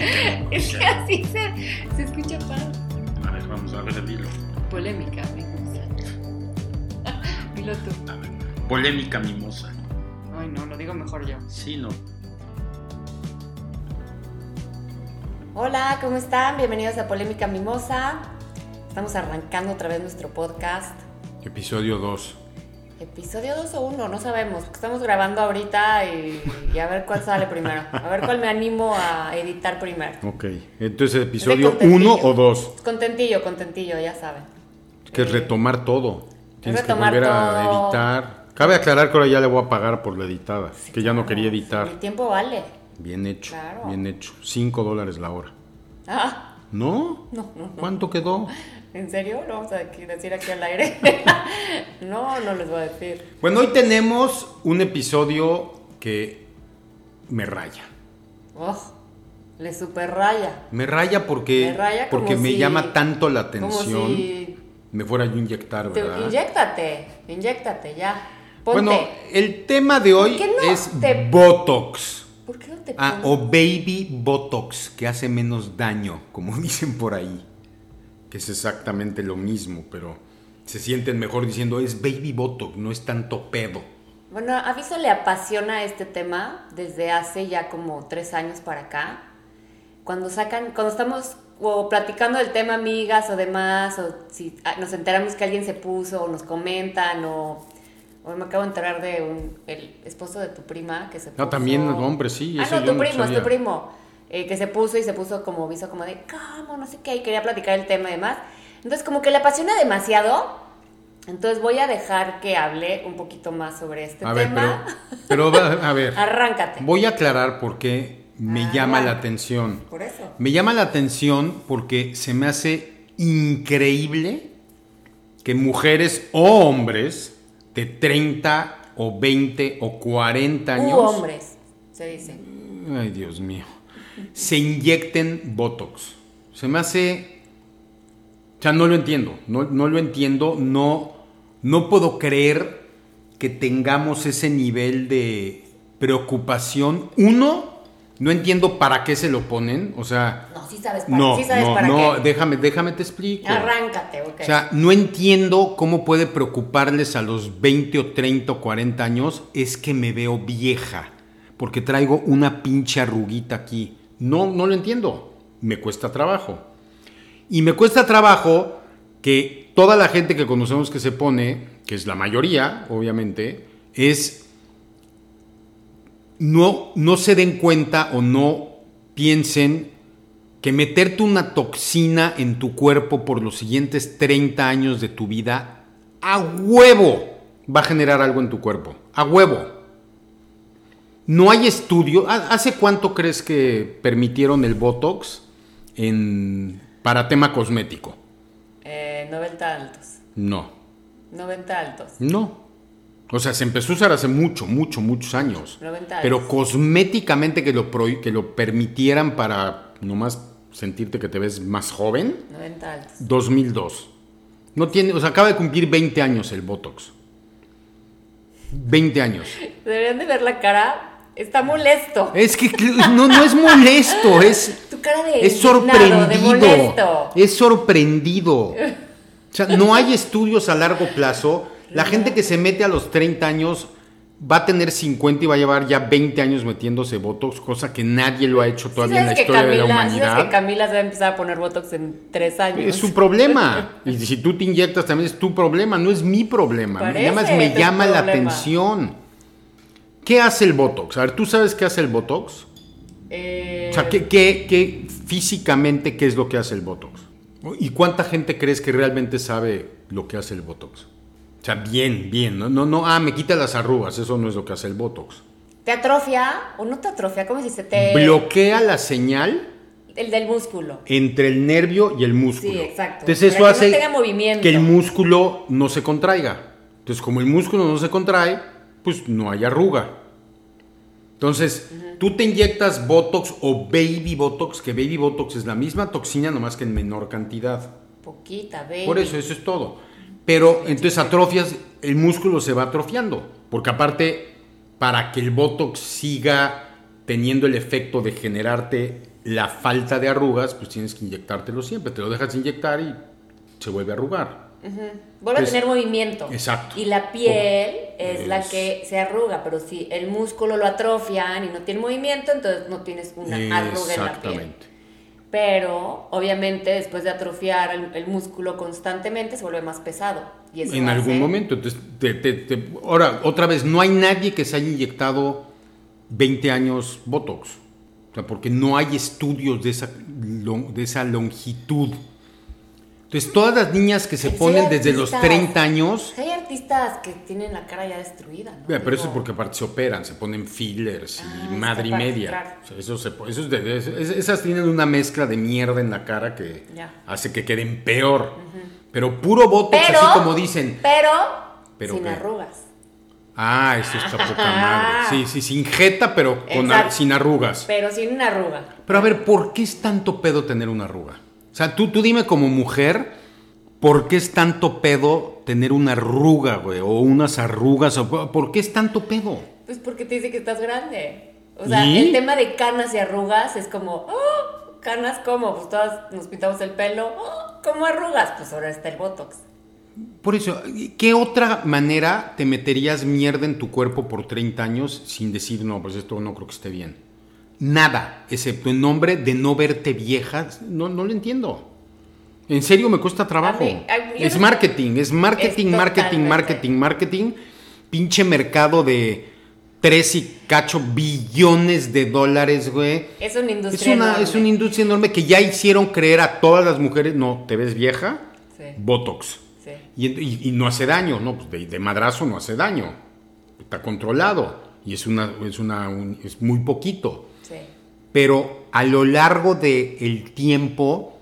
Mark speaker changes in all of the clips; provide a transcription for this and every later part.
Speaker 1: es que así se, se escucha padre.
Speaker 2: A ver, vamos a ver, dilo.
Speaker 1: Polémica, me gusta. Dilo tú.
Speaker 2: A ver. Polémica mimosa.
Speaker 1: Ay, no, lo digo mejor yo.
Speaker 2: Sí, no.
Speaker 3: Hola, ¿cómo están? Bienvenidos a Polémica Mimosa. Estamos arrancando otra vez nuestro podcast.
Speaker 4: Episodio 2.
Speaker 3: Episodio 2 o 1, no sabemos. porque Estamos grabando ahorita y, y a ver cuál sale primero. A ver cuál me animo a editar primero.
Speaker 4: Ok. Entonces, episodio
Speaker 3: contentillo.
Speaker 4: 1 o 2,
Speaker 3: Contentillo, contentillo, ya saben.
Speaker 4: que es retomar todo. Tienes
Speaker 3: retomar
Speaker 4: que volver a
Speaker 3: todo.
Speaker 4: editar. Cabe aclarar que ahora ya le voy a pagar por la editada, que ya no quería editar.
Speaker 3: El tiempo vale.
Speaker 4: Bien hecho,
Speaker 3: Claro.
Speaker 4: bien hecho. 5 dólares la hora.
Speaker 3: Ah,
Speaker 4: ¿No? ¿Cuánto quedó?
Speaker 3: ¿en serio? ¿Lo vamos a aquí- decir aquí al aire? no, no les voy a decir.
Speaker 4: Bueno, hoy tenemos un episodio que me raya.
Speaker 3: Oh, le super raya.
Speaker 4: Me raya porque
Speaker 3: Me raya como
Speaker 4: porque me
Speaker 3: si-
Speaker 4: llama tanto la
Speaker 3: como
Speaker 4: atención.
Speaker 3: si-
Speaker 4: Me fuera yo a inyectar,
Speaker 3: Te-
Speaker 4: ¿verdad?
Speaker 3: inyéctate, inyéctate ya. Ponte.
Speaker 4: Bueno, el tema de hoy
Speaker 3: ¿Por qué no
Speaker 4: es
Speaker 3: te-
Speaker 4: Botox.
Speaker 3: ¿Por qué no te
Speaker 4: Ah,
Speaker 3: pones?
Speaker 4: o baby Botox, que hace menos daño, como dicen por ahí. Que es exactamente lo mismo, pero se sienten mejor diciendo es baby Botox, no es tanto pedo.
Speaker 3: Bueno, a Viso le apasiona este tema desde hace ya como tres años para acá. Cuando sacan, cuando estamos o platicando del tema amigas o demás, o si ah, nos enteramos que alguien se puso, o nos comentan, o, o me acabo de enterar de un, el esposo de tu prima que se puso.
Speaker 4: No, Ah, también los hombres, sí,
Speaker 3: Ah,
Speaker 4: eso
Speaker 3: no, tu
Speaker 4: yo no
Speaker 3: primo, es tu
Speaker 4: sabía.
Speaker 3: primo. eh, que se puso y se puso como viso como de, ¿cómo? No sé qué, y quería platicar el tema y demás. Entonces, como que le apasiona demasiado. Entonces voy a dejar que hable un poquito más sobre este
Speaker 4: A ver,
Speaker 3: tema.
Speaker 4: pero, pero va- a ver,
Speaker 3: Arráncate.
Speaker 4: voy a aclarar por qué me
Speaker 3: Ah,
Speaker 4: llama
Speaker 3: ya.
Speaker 4: la atención.
Speaker 3: Por eso.
Speaker 4: Me llama la atención porque se me hace increíble que mujeres o hombres de 30 o 20 o 40
Speaker 3: U
Speaker 4: años,
Speaker 3: hombres, se dice.
Speaker 4: ay Dios mío, se inyecten Botox. Se me hace... O sea, no lo entiendo, no, no lo entiendo, no, no puedo creer que tengamos ese nivel de preocupación. Uno, no entiendo para qué se lo ponen, o sea...
Speaker 3: No, sí sabes para,
Speaker 4: No,
Speaker 3: sí sabes
Speaker 4: no,
Speaker 3: para
Speaker 4: no,
Speaker 3: qué.
Speaker 4: déjame, déjame te explico.
Speaker 3: Arráncate, ok.
Speaker 4: O sea, no entiendo cómo puede preocuparles a los 20 o 30 o 40 años es que me veo vieja, porque traigo una pinche arruguita aquí. No, no lo entiendo. Me cuesta trabajo. Y me cuesta trabajo que toda la gente que conocemos que se pone, que es la mayoría, obviamente, es no, no se den cuenta o no piensen que meterte una toxina en tu cuerpo por los siguientes 30 años de tu vida, a huevo, va a generar algo en tu cuerpo. A huevo. No hay estudio. ¿Ha- ¿Hace cuánto crees que permitieron el Botox en, para tema cosmético?
Speaker 3: Eh, 90 altos.
Speaker 4: No,
Speaker 3: 90 altos.
Speaker 4: no. O sea, se empezó a usar hace mucho, mucho, muchos años.
Speaker 3: 90 años.
Speaker 4: Pero cosméticamente que lo, prohi- que lo permitieran para nomás sentirte que te ves más joven.
Speaker 3: 90 altos.
Speaker 4: 2002. No tiene, o sea, acaba de cumplir 20 años el Botox. 20 años.
Speaker 3: Deberían de ver la cara. Está molesto.
Speaker 4: Es que cl- no, no es molesto, es,
Speaker 3: Tu cara de
Speaker 4: es
Speaker 3: indignado, de
Speaker 4: sorprendido.
Speaker 3: molesto.
Speaker 4: Es sorprendido. O sea, no hay estudios a largo plazo. La gente que se mete a los 30 años va a tener 50 y va a llevar ya 20 años metiéndose Botox, cosa que nadie lo ha hecho
Speaker 3: ¿Sí
Speaker 4: todavía en la
Speaker 3: sabes que
Speaker 4: historia de la
Speaker 3: Camila- sí sabes
Speaker 4: humanidad.
Speaker 3: que Camila se va a empezar a poner Botox en tres años.
Speaker 4: Es su problema. Y si tú te inyectas también es tu problema, no es mi problema. Me
Speaker 3: Parece
Speaker 4: llamas, me
Speaker 3: tu
Speaker 4: llama la
Speaker 3: problema.
Speaker 4: atención. ¿Qué hace el Botox? A ver, ¿tú sabes qué hace el Botox?
Speaker 3: Eh,
Speaker 4: O sea, ¿qué, qué- qué físicamente qué es lo que hace el Botox? ¿Y cuánta gente crees que realmente sabe lo que hace el Botox? O sea, bien, bien. No, no, no, ah, me quita las arrugas. Eso no es lo que hace el Botox.
Speaker 3: ¿Te atrofia o no te atrofia? ¿Cómo si se te...
Speaker 4: Bloquea la señal
Speaker 3: El del músculo.
Speaker 4: entre el nervio y el músculo.
Speaker 3: Sí, exacto.
Speaker 4: Entonces eso
Speaker 3: Para que
Speaker 4: hace
Speaker 3: no tenga movimiento.
Speaker 4: que el músculo no se contraiga. Entonces como el músculo no se contrae, pues no hay arruga. Entonces, tú te inyectas Botox o Baby Botox, que Baby Botox es la misma toxina, nomás que en menor cantidad.
Speaker 3: Poquita, baby.
Speaker 4: Por eso, eso es todo. Pero entonces atrofias, el músculo se va atrofiando. Porque aparte, para que el Botox siga teniendo el efecto de generarte la falta de arrugas, pues tienes que inyectártelo siempre. Te lo dejas inyectar y se vuelve a arrugar.
Speaker 3: Vuelve a
Speaker 4: Pues,
Speaker 3: tener movimiento.
Speaker 4: exacto.
Speaker 3: Y la piel es,
Speaker 4: Es-
Speaker 3: la que se arruga, pero si el músculo lo atrofian y no tiene movimiento, entonces no tienes una arruga en la piel.
Speaker 4: Exactamente.
Speaker 3: Pero obviamente después de atrofiar el, el músculo constantemente se vuelve más pesado. Y eso
Speaker 4: En
Speaker 3: hace-
Speaker 4: algún momento. Entonces, te- te- te- ahora, otra vez, no hay nadie que se haya inyectado 20 años Botox. O sea, porque no hay estudios de esa, lon- de esa longitud. Entonces, todas las niñas que se
Speaker 3: Sí,
Speaker 4: ponen desde los
Speaker 3: artistas.
Speaker 4: 30 años.
Speaker 3: Pues, Hay artistas que tienen la cara ya destruida, ¿no?
Speaker 4: Mira, pero eso es
Speaker 3: Digo,
Speaker 4: porque aparte se operan, se ponen fillers
Speaker 3: Ah,
Speaker 4: y madre y
Speaker 3: está para
Speaker 4: media.
Speaker 3: filtrar.
Speaker 4: O sea, eso se po- eso es de- es- es- esas tienen una mezcla de mierda en la cara que
Speaker 3: Ya.
Speaker 4: hace que queden peor. Pero puro botox,
Speaker 3: Pero,
Speaker 4: así como dicen.
Speaker 3: Pero,
Speaker 4: Pero
Speaker 3: sin
Speaker 4: qué.
Speaker 3: arrugas.
Speaker 4: Ah, eso está poca madre. Sí, sí, sin jeta, pero con ar-
Speaker 3: Exacto.
Speaker 4: sin arrugas.
Speaker 3: Pero sin una arruga.
Speaker 4: Pero a ver, ¿por qué es tanto pedo tener una arruga? O sea, tú, tú dime como mujer, ¿por qué es tanto pedo tener una arruga, güey? O unas arrugas, o, ¿por qué es tanto pedo?
Speaker 3: Pues porque te dice que estás grande. O sea,
Speaker 4: ¿Y?
Speaker 3: el tema de canas y arrugas es como, "Oh, canas como, pues todas nos pintamos el pelo, oh, como arrugas, pues ahora está el Botox.
Speaker 4: Por eso, ¿qué otra manera te meterías mierda en tu cuerpo por 30 años sin decir, no, pues esto no creo que esté bien? Nada, excepto en nombre de no verte vieja. No, no lo entiendo. En serio, me cuesta trabajo.
Speaker 3: A mí- a- yo
Speaker 4: es
Speaker 3: no-
Speaker 4: marketing, es marketing,
Speaker 3: Es
Speaker 4: marketing,
Speaker 3: totalmente.
Speaker 4: marketing, marketing. Pinche mercado de 3 y cacho billones de dólares, güey.
Speaker 3: Es una
Speaker 4: Es
Speaker 3: industria.
Speaker 4: una,
Speaker 3: enorme.
Speaker 4: es una industria enorme que ya hicieron creer a todas las mujeres, no, te ves vieja,
Speaker 3: Sí.
Speaker 4: Botox.
Speaker 3: Sí.
Speaker 4: Y, ent- y- y no hace daño, ¿no? Pues de, de madrazo no hace daño. Está controlado. Y es, una, es, una, un- es muy poquito.
Speaker 3: sí.
Speaker 4: Pero a lo largo del tiempo,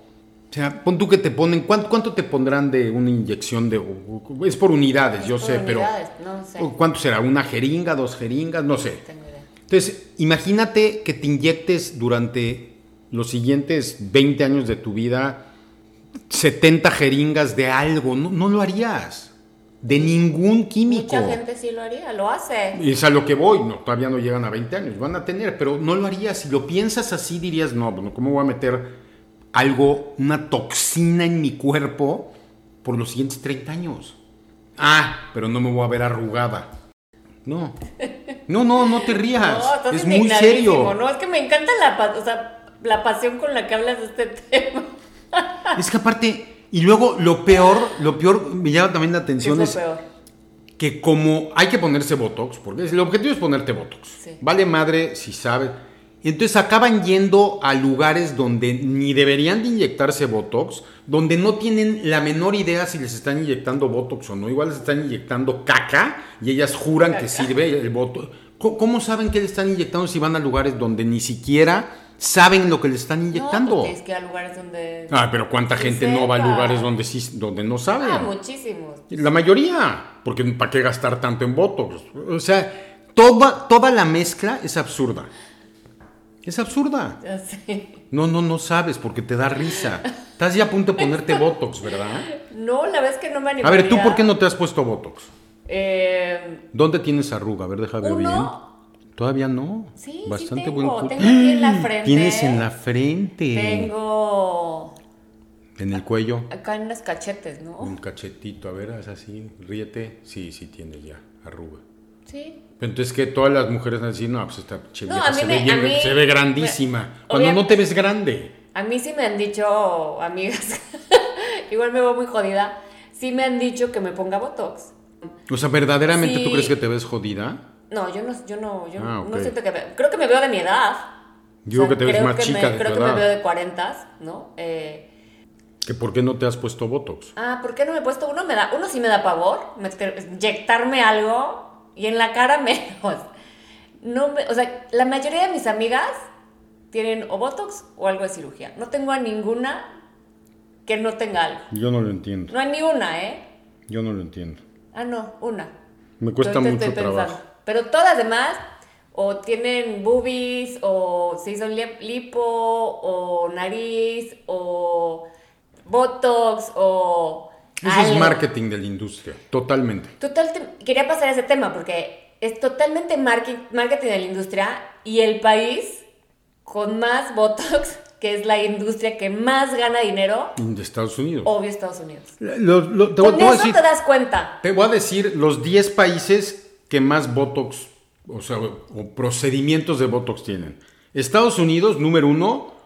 Speaker 4: o sea, pon tú que te ponen, ¿cuánto, cuánto te pondrán de una inyección de... o- o- Es por unidades, yo
Speaker 3: Por
Speaker 4: sé,
Speaker 3: unidades,
Speaker 4: pero...
Speaker 3: No sé.
Speaker 4: ¿Cuánto será? ¿Una jeringa, dos jeringas? No sé.
Speaker 3: no tengo idea.
Speaker 4: Entonces, imagínate que te inyectes durante los siguientes 20 años de tu vida 70 jeringas de algo. No, no lo harías. De ningún químico.
Speaker 3: Mucha gente sí lo haría, lo hace.
Speaker 4: Y es a lo que voy, no, todavía no llegan a 20 años, van a tener, pero no lo harías. Si lo piensas así, dirías, no, bueno, ¿cómo voy a meter algo, una toxina en mi cuerpo por los siguientes 30 años? Ah, pero no me voy a ver arrugada. No, no, no, no te rías.
Speaker 3: No, estás
Speaker 4: es muy
Speaker 3: indignadísimo,
Speaker 4: serio.
Speaker 3: No, es que me encanta la, pa- o sea, la pasión con la que hablas de este tema.
Speaker 4: Es que aparte, y luego lo peor, lo peor, me llama también la
Speaker 3: Es
Speaker 4: atención
Speaker 3: lo
Speaker 4: es,
Speaker 3: peor.
Speaker 4: que como hay que ponerse Botox, porque es- el objetivo es ponerte Botox.
Speaker 3: Sí.
Speaker 4: Vale madre si sabes. Y entonces acaban yendo a lugares donde ni deberían de inyectarse Botox, donde no tienen la menor idea si les están inyectando Botox o no. Igual les están inyectando caca y ellas juran que sirve el Botox. ¿Cómo, cómo saben que les están inyectando si van a lugares donde ni siquiera saben lo que les están inyectando?
Speaker 3: No, pues tienes que ir a lugares donde.
Speaker 4: Ah, pero cuánta
Speaker 3: Que
Speaker 4: gente no va a
Speaker 3: sepa.
Speaker 4: lugares donde, sí- donde no saben.
Speaker 3: Ah, muchísimos.
Speaker 4: La mayoría, porque ¿para qué gastar tanto en Botox? O sea, toda, toda la mezcla es absurda. Es absurda.
Speaker 3: Ya sé.
Speaker 4: No, no, no sabes porque te da risa. Estás ya a punto de ponerte Botox, ¿verdad?
Speaker 3: No, la vez que no me animé.
Speaker 4: A ver, ¿tú por qué no te has puesto Botox?
Speaker 3: Eh,
Speaker 4: ¿Dónde tienes arruga? A ver, déjame ver bien.
Speaker 3: Uno.
Speaker 4: Todavía no.
Speaker 3: Sí, sí
Speaker 4: Bastante
Speaker 3: tengo.
Speaker 4: buen culo.
Speaker 3: Tengo aquí en la frente.
Speaker 4: Tienes en la frente.
Speaker 3: tengo
Speaker 4: En el cuello.
Speaker 3: acá en los cachetes,
Speaker 4: Un
Speaker 3: ¿no?
Speaker 4: cachetito. A ver, haz así. Ríete. Sí, sí tienes ya arruga.
Speaker 3: Sí.
Speaker 4: Pero entonces que todas las mujeres van a decir, no, pues esta pinche
Speaker 3: No,
Speaker 4: vieja
Speaker 3: a mí
Speaker 4: se,
Speaker 3: me-
Speaker 4: ve bien-
Speaker 3: a mí-
Speaker 4: se ve grandísima.
Speaker 3: me-
Speaker 4: Cuando no
Speaker 3: obvia-
Speaker 4: te ves grande.
Speaker 3: A mí sí me han dicho, amigas, igual me veo muy jodida, sí me han dicho que me ponga Botox.
Speaker 4: O sea, ¿verdaderamente tú
Speaker 3: Sí.
Speaker 4: crees que te ves jodida?
Speaker 3: No, yo no, yo no, yo
Speaker 4: Ah, ok.
Speaker 3: no siento que... me- Creo que me veo de mi edad.
Speaker 4: Yo
Speaker 3: O sea,
Speaker 4: creo que te ves
Speaker 3: creo
Speaker 4: más
Speaker 3: que
Speaker 4: chica
Speaker 3: me-
Speaker 4: de
Speaker 3: Creo
Speaker 4: tu
Speaker 3: que
Speaker 4: edad.
Speaker 3: me veo de 40, ¿no? Eh,
Speaker 4: ¿Que ¿Por qué no te has puesto Botox?
Speaker 3: Ah, ¿por qué no me he puesto uno? Me da, uno sí me da pavor, meter- inyectarme algo y en la cara menos. No me- o sea, la mayoría de mis amigas tienen o botox o algo de cirugía. No tengo a ninguna que no tenga algo.
Speaker 4: Yo no lo entiendo.
Speaker 3: No hay ni una, ¿eh?
Speaker 4: Yo no lo entiendo.
Speaker 3: Ah, no, una.
Speaker 4: Me cuesta
Speaker 3: Ahorita
Speaker 4: mucho
Speaker 3: estoy pensando.
Speaker 4: trabajo.
Speaker 3: Pero todas las demás o tienen boobies o se hizo li- lipo o nariz o botox o
Speaker 4: Eso es
Speaker 3: algo.
Speaker 4: marketing de la industria, totalmente.
Speaker 3: Total, te- quería pasar a ese tema porque es totalmente marque- marketing de la industria y el país con más Botox, que es la industria que más gana dinero,
Speaker 4: de Estados Unidos.
Speaker 3: obvio Estados Unidos.
Speaker 4: Lo- lo- te, voy-
Speaker 3: Con
Speaker 4: te voy a
Speaker 3: eso
Speaker 4: decir,
Speaker 3: te das cuenta.
Speaker 4: te voy a decir los 10 países que más Botox, o sea, o, o procedimientos de Botox tienen. Estados Unidos, número uno.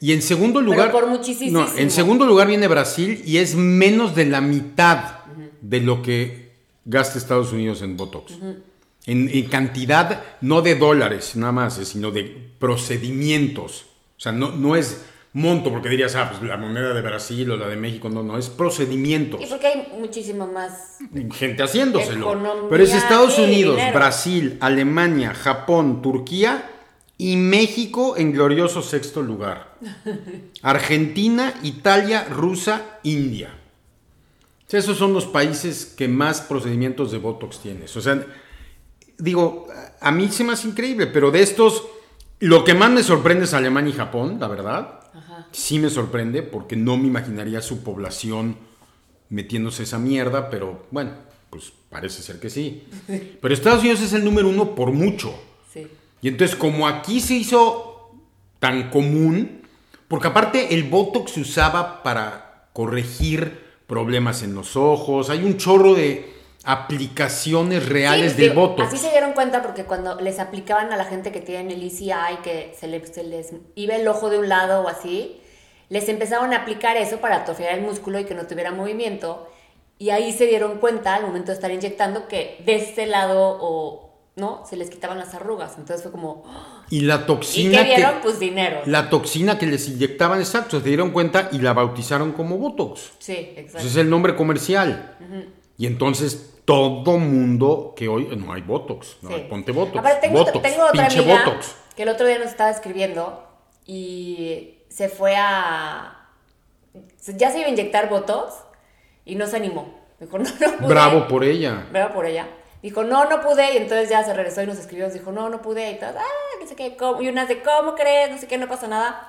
Speaker 4: Y en segundo lugar.
Speaker 3: por muchisísimo.
Speaker 4: No, en segundo lugar viene Brasil y es menos de la mitad de lo que gasta Estados Unidos en Botox. en, en cantidad, no de dólares nada más, eh, sino de procedimientos. O sea, no, no es monto, porque dirías, ah, pues la moneda de Brasil o la de México. No, no, es procedimientos
Speaker 3: Y porque hay muchísimo más.
Speaker 4: gente haciéndoselo.
Speaker 3: Economía
Speaker 4: Pero es Estados
Speaker 3: y
Speaker 4: Unidos,
Speaker 3: dinero.
Speaker 4: Brasil, Alemania, Japón, Turquía y México en glorioso sexto lugar. Argentina, Italia, Rusia, India. O sea, esos son los países que más procedimientos de Botox tienes. O sea, digo, a mí se me hace increíble, pero de estos, lo que más me sorprende es Alemania y Japón, la verdad. Sí me sorprende porque no me imaginaría su población metiéndose esa mierda, pero bueno, pues parece ser que sí. Pero Estados Unidos es el número uno por mucho.
Speaker 3: Sí.
Speaker 4: Y entonces como aquí se hizo tan común, porque aparte el Botox se usaba para corregir problemas en los ojos, hay un chorro de aplicaciones reales
Speaker 3: Sí,
Speaker 4: del
Speaker 3: digo,
Speaker 4: Botox.
Speaker 3: Así se dieron cuenta porque cuando les aplicaban a la gente que tiene el ECI, que se le- se les, iba el ojo de un lado o así, les empezaban a aplicar eso para atrofiar el músculo y que no tuviera movimiento. Y ahí se dieron cuenta al momento de estar inyectando que de este lado o no se les quitaban las arrugas. Entonces fue como, ¡oh!
Speaker 4: Y la
Speaker 3: ¿y
Speaker 4: toxina
Speaker 3: qué
Speaker 4: que-
Speaker 3: vieron? Pues dinero.
Speaker 4: la toxina que les inyectaban, exacto, se dieron cuenta y la bautizaron como Botox.
Speaker 3: Sí, exacto.
Speaker 4: Ese es el nombre comercial. Y entonces todo mundo que hoy no hay Botox, no
Speaker 3: Sí.
Speaker 4: hay, ponte Botox.
Speaker 3: Aparte, tengo,
Speaker 4: Botox,
Speaker 3: tengo otra
Speaker 4: pinche
Speaker 3: amiga
Speaker 4: Botox.
Speaker 3: que el otro día nos estaba escribiendo y se fue a... Ya se iba a inyectar Botox y no se animó. Dijo, no, no pude.
Speaker 4: Bravo por ella.
Speaker 3: Bravo por ella. Dijo, no, no pude. Y entonces ya se regresó y nos escribió. Nos dijo, no, no pude. Y todas, ah, no sé qué. ¿cómo?". Y unas de, ¿cómo crees? No sé qué, no pasa nada.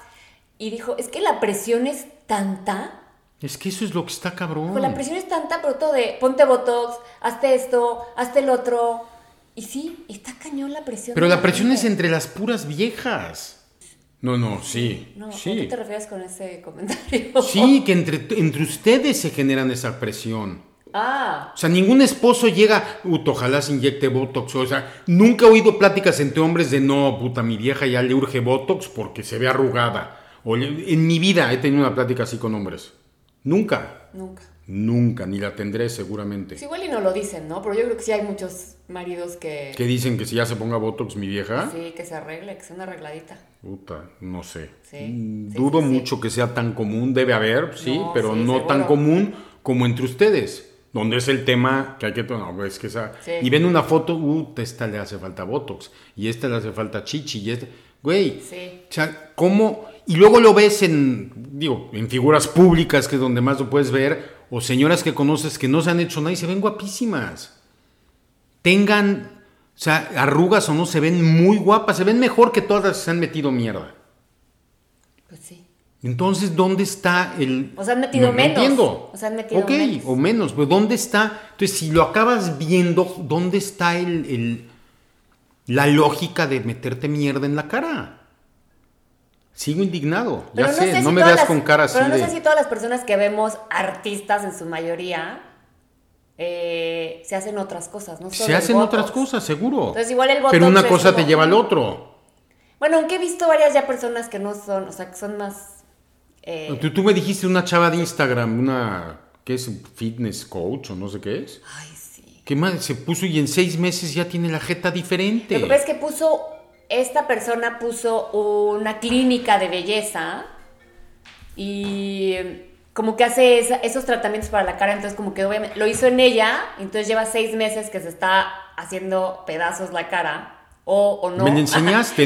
Speaker 3: Y dijo, es que la presión es tanta.
Speaker 4: Es que eso es lo que está cabrón.
Speaker 3: Pues la presión es tanta, pero todo de ponte botox, hazte esto, hazte el otro. Y sí, está cañón la presión.
Speaker 4: Pero
Speaker 3: de
Speaker 4: la presión es
Speaker 3: gente.
Speaker 4: entre las puras viejas. No, no, sí.
Speaker 3: No, ¿a
Speaker 4: sí.
Speaker 3: qué te refieres con ese comentario?
Speaker 4: Sí, que entre, entre ustedes se generan esa presión.
Speaker 3: Ah,
Speaker 4: O sea, ningún esposo llega, "Ut, ojalá se inyecte Botox. O sea, nunca he oído pláticas entre hombres de no, puta, mi vieja ya le urge Botox porque se ve arrugada. O le- en mi vida he tenido una plática así con hombres. Nunca,
Speaker 3: nunca.
Speaker 4: nunca, ni la tendré seguramente.
Speaker 3: Pues igual y no lo dicen, ¿no? Pero yo creo que sí hay muchos maridos que. Ah.
Speaker 4: Que dicen que si ya se ponga Botox mi vieja,
Speaker 3: Sí, que se arregle, que sea una arregladita.
Speaker 4: puta, no sé.
Speaker 3: Sí,
Speaker 4: Mm,
Speaker 3: sí,
Speaker 4: Dudo
Speaker 3: sí, sí.
Speaker 4: mucho que sea tan común, debe haber, sí,
Speaker 3: No,
Speaker 4: pero
Speaker 3: sí,
Speaker 4: no tan
Speaker 3: seguro.
Speaker 4: común como entre ustedes. Donde es el tema que hay que tomar, es que esa...
Speaker 3: Sí.
Speaker 4: Y ven una foto, uh, esta le hace falta Botox, y esta le hace falta chichi, y esta... Güey,
Speaker 3: Sí.
Speaker 4: o sea, ¿cómo? Y luego lo ves en, digo, en figuras públicas, que es donde más lo puedes ver, o señoras que conoces que no se han hecho nada y se ven guapísimas. Tengan, o sea, arrugas o no, se ven muy guapas, se ven mejor que todas las que se han metido mierda.
Speaker 3: Pues sí.
Speaker 4: Entonces, ¿dónde está el...?
Speaker 3: O sea, han metido
Speaker 4: No, no
Speaker 3: menos.
Speaker 4: entiendo.
Speaker 3: O sea, han metido
Speaker 4: Ok,
Speaker 3: menos.
Speaker 4: o menos. Pero ¿dónde está? Entonces, si lo acabas viendo, ¿dónde está el, el- la lógica de meterte mierda en la cara? Sigo indignado. Ya sé, no me
Speaker 3: todas
Speaker 4: veas
Speaker 3: las-
Speaker 4: con cara así
Speaker 3: Pero no
Speaker 4: de...
Speaker 3: sé si todas las personas que vemos, artistas en su mayoría, eh, se hacen otras cosas, ¿no? Solo
Speaker 4: Se
Speaker 3: el
Speaker 4: hacen
Speaker 3: botox.
Speaker 4: otras cosas, seguro.
Speaker 3: Entonces, igual el
Speaker 4: Pero
Speaker 3: botox
Speaker 4: una
Speaker 3: es
Speaker 4: cosa
Speaker 3: como-
Speaker 4: te lleva al otro.
Speaker 3: Bueno, aunque he visto varias ya personas que no son, o sea, que son más. eh,
Speaker 4: Tú, tú me dijiste una chava de Instagram, una... ¿Qué es? Fitness coach o no sé qué es.
Speaker 3: Ay, sí.
Speaker 4: Que más se puso y en seis meses ya tiene la jeta diferente.
Speaker 3: Lo que pasa es que puso, esta persona puso una clínica de belleza y como que hace esa- esos tratamientos para la cara, entonces como que obviamente lo hizo en ella, entonces lleva seis meses que se está haciendo pedazos la cara. O, o no.
Speaker 4: ¿Me la enseñaste?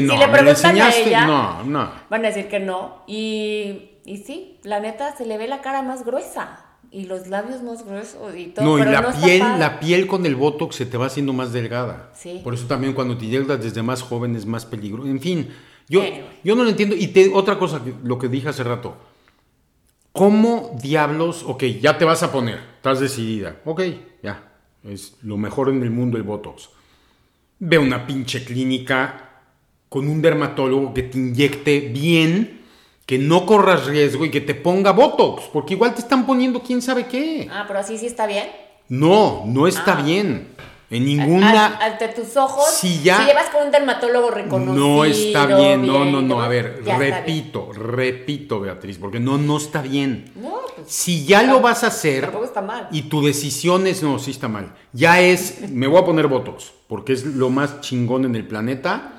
Speaker 3: Si
Speaker 4: No,
Speaker 3: le
Speaker 4: ¿me la
Speaker 3: preguntan a
Speaker 4: enseñaste?
Speaker 3: ella,
Speaker 4: No, no.
Speaker 3: Van a decir que no. Y, y sí, la neta se le ve la cara más gruesa y los labios más gruesos y todo.
Speaker 4: No, y
Speaker 3: pero
Speaker 4: la
Speaker 3: está
Speaker 4: piel,
Speaker 3: padre.
Speaker 4: la piel con el botox se te va haciendo más delgada.
Speaker 3: Sí.
Speaker 4: Por eso también cuando te inyectas desde más joven es más peligroso. En fin, yo,
Speaker 3: Anyway.
Speaker 4: yo no lo entiendo. Y te- otra cosa, que- lo que dije hace rato. ¿Cómo diablos? Ok, ya te vas a poner, estás decidida. Ok, ya. Es lo mejor en el mundo el botox. Ve una pinche clínica con un dermatólogo que te inyecte bien, que no corras riesgo y que te ponga Botox, porque igual te están poniendo quién sabe qué.
Speaker 3: Ah, pero así sí está bien.
Speaker 4: No, no está
Speaker 3: Ah.
Speaker 4: bien. En ninguna...
Speaker 3: Al- ante tus ojos.
Speaker 4: Si ya-
Speaker 3: llevas con un dermatólogo reconocido.
Speaker 4: No está bien, no, no, no.
Speaker 3: todo,
Speaker 4: A ver,
Speaker 3: ah, ya está bien.
Speaker 4: repito, repito, Beatriz, porque no, no está bien.
Speaker 3: No, pues,
Speaker 4: Si ya lo vas a hacer
Speaker 3: Tampoco está mal.
Speaker 4: y tu decisión es, no, sí está mal, ya es, me voy a poner Botox, porque es lo más chingón en el planeta,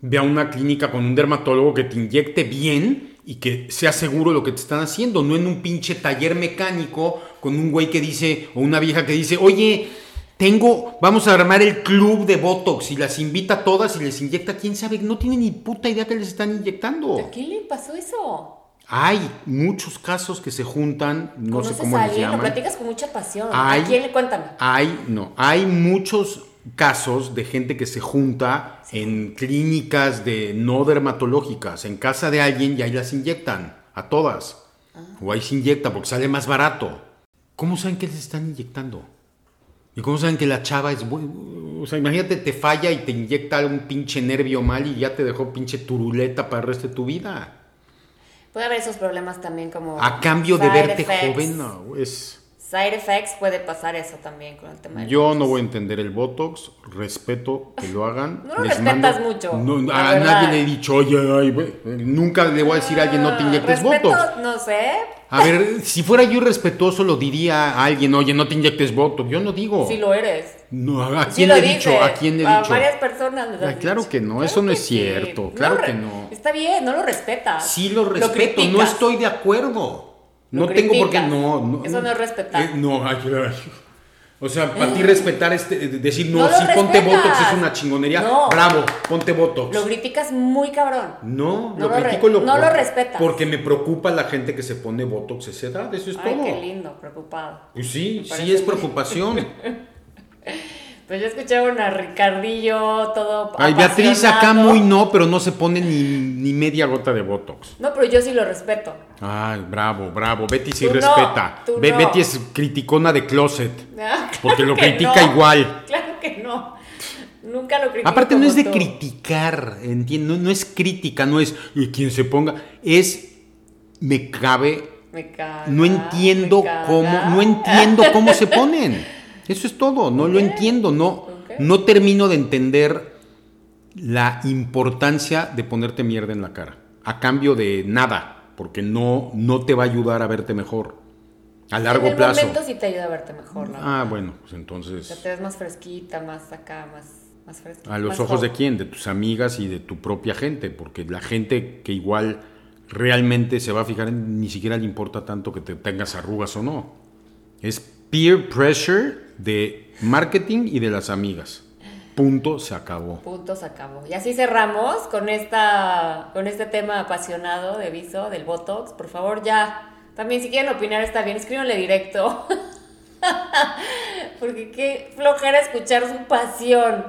Speaker 4: ve a una clínica con un dermatólogo que te inyecte bien y que sea seguro lo que te están haciendo, no en un pinche taller mecánico con un güey que dice, o una vieja que dice, oye, tengo, vamos a armar el club de Botox y las invita a todas y les inyecta, quién sabe, no tiene ni puta idea que les están inyectando.
Speaker 3: ¿A quién le pasó eso?
Speaker 4: Hay muchos casos que se juntan, no sé
Speaker 3: ¿Conoces
Speaker 4: cómo
Speaker 3: a
Speaker 4: les
Speaker 3: alguien? Lo
Speaker 4: llaman.
Speaker 3: platicas con mucha pasión.
Speaker 4: Ay.
Speaker 3: ¿A quién le cuentan?
Speaker 4: Hay, no, hay muchos casos de gente que se junta en clínicas de no dermatológicas, en casa de alguien y ahí las inyectan, a todas.
Speaker 3: Ah.
Speaker 4: O ahí se inyecta porque sale más barato. ¿Cómo saben que les están inyectando? ¿Y cómo saben que la chava es bu- O sea, imagínate, te falla y te inyecta algún pinche nervio mal y ya te dejó pinche turuleta para el resto de tu vida.
Speaker 3: Puede haber esos problemas también como...
Speaker 4: A cambio de
Speaker 3: side
Speaker 4: verte
Speaker 3: effects.
Speaker 4: joven, no, es...
Speaker 3: Side effects puede pasar eso también con el tema del
Speaker 4: Yo no voy a entender el Botox, respeto que lo hagan.
Speaker 3: No lo respetas mucho,
Speaker 4: No,
Speaker 3: la
Speaker 4: a
Speaker 3: verdad.
Speaker 4: nadie le he dicho, oye, ay, güey", nunca le voy a decir a alguien no te inyectes
Speaker 3: Ah, Respeto,
Speaker 4: Botox.
Speaker 3: No sé.
Speaker 4: A ver, si fuera yo irrespetuoso lo diría a alguien, oye, no te inyectes Botox. Yo no digo.
Speaker 3: Si lo eres.
Speaker 4: No, ¿A
Speaker 3: Sí
Speaker 4: quién
Speaker 3: lo
Speaker 4: le he
Speaker 3: dice,
Speaker 4: dicho? ¿A quién le he
Speaker 3: a
Speaker 4: dicho?
Speaker 3: varias personas. les
Speaker 4: Ah,
Speaker 3: has
Speaker 4: claro
Speaker 3: dicho.
Speaker 4: que no, eso no
Speaker 3: que
Speaker 4: es cierto, claro
Speaker 3: re-
Speaker 4: que no.
Speaker 3: Está bien, no lo respetas.
Speaker 4: Sí lo respeto, no
Speaker 3: criticas.
Speaker 4: estoy de acuerdo.
Speaker 3: Lo
Speaker 4: No tengo por qué,
Speaker 3: criticas.
Speaker 4: no, no.
Speaker 3: Eso no es respetar. Eh.
Speaker 4: Eh, no, ay, ay. O sea, para ti respetar es te- decir, no,
Speaker 3: No lo
Speaker 4: sí, ponte
Speaker 3: respetas.
Speaker 4: Botox es una chingonería.
Speaker 3: No.
Speaker 4: Bravo, ponte Botox.
Speaker 3: Lo criticas muy cabrón.
Speaker 4: No,
Speaker 3: No
Speaker 4: lo
Speaker 3: lo re-
Speaker 4: critico y lo
Speaker 3: no lo
Speaker 4: por-
Speaker 3: respetas.
Speaker 4: Porque me preocupa la gente que se pone Botox a esa edad, eso es
Speaker 3: Ay,
Speaker 4: todo.
Speaker 3: qué lindo, preocupado.
Speaker 4: Pues sí, sí
Speaker 3: parece
Speaker 4: es
Speaker 3: muy-
Speaker 4: preocupación.
Speaker 3: Pues yo escuchaba a Ricardillo, todo.
Speaker 4: Ay, Beatriz acá
Speaker 3: apasionado.
Speaker 4: muy no, pero no se pone ni, ni media gota de Botox.
Speaker 3: No, pero yo sí lo respeto.
Speaker 4: Ay, bravo, bravo. Betty sí
Speaker 3: Tú no,
Speaker 4: respeta.
Speaker 3: tú
Speaker 4: Be-
Speaker 3: no.
Speaker 4: Betty es criticona de closet.
Speaker 3: Ah, claro
Speaker 4: Porque lo
Speaker 3: que
Speaker 4: critica
Speaker 3: no.
Speaker 4: igual.
Speaker 3: Claro que no. Nunca lo critico.
Speaker 4: Aparte no
Speaker 3: como
Speaker 4: es de
Speaker 3: tú.
Speaker 4: criticar, entiendo, no, no es crítica, no es "Y quien se ponga, es me cabe,
Speaker 3: Me caga,
Speaker 4: no entiendo
Speaker 3: Ah, me caga.
Speaker 4: cómo, no entiendo cómo se ponen. Eso es todo, no lo
Speaker 3: Ok,
Speaker 4: entiendo, no,
Speaker 3: ok.
Speaker 4: no termino de entender la importancia de ponerte mierda en la cara, a cambio de nada, porque no, no te va a ayudar a verte mejor a largo
Speaker 3: en el
Speaker 4: plazo.
Speaker 3: momento sí te ayuda a verte mejor, ¿no?
Speaker 4: Ah, bueno, pues
Speaker 3: O sea,
Speaker 4: entonces.
Speaker 3: te ves más fresquita, más acá, más, más fresquita.
Speaker 4: ¿A los ojos de quién? De tus amigas y de tu propia gente, porque la gente que igual realmente se va a fijar en, ni siquiera le importa tanto que te tengas arrugas o no. Es peer pressure de marketing y de las amigas. Punto, se acabó.
Speaker 3: Punto se acabó. Y así cerramos con, esta, con este tema apasionado de Viso, del Botox. Por favor, ya. También si quieren opinar está bien, escríbanle directo. Porque qué flojera escuchar su pasión.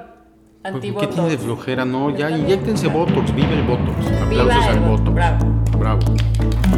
Speaker 4: ¿Qué
Speaker 3: Antibotox.
Speaker 4: tiene de flojera? No, ya inyectense Botox, vive el Botox. Aplausos
Speaker 3: el
Speaker 4: al
Speaker 3: Botox,
Speaker 4: Botox.
Speaker 3: bravo.
Speaker 4: Bravo.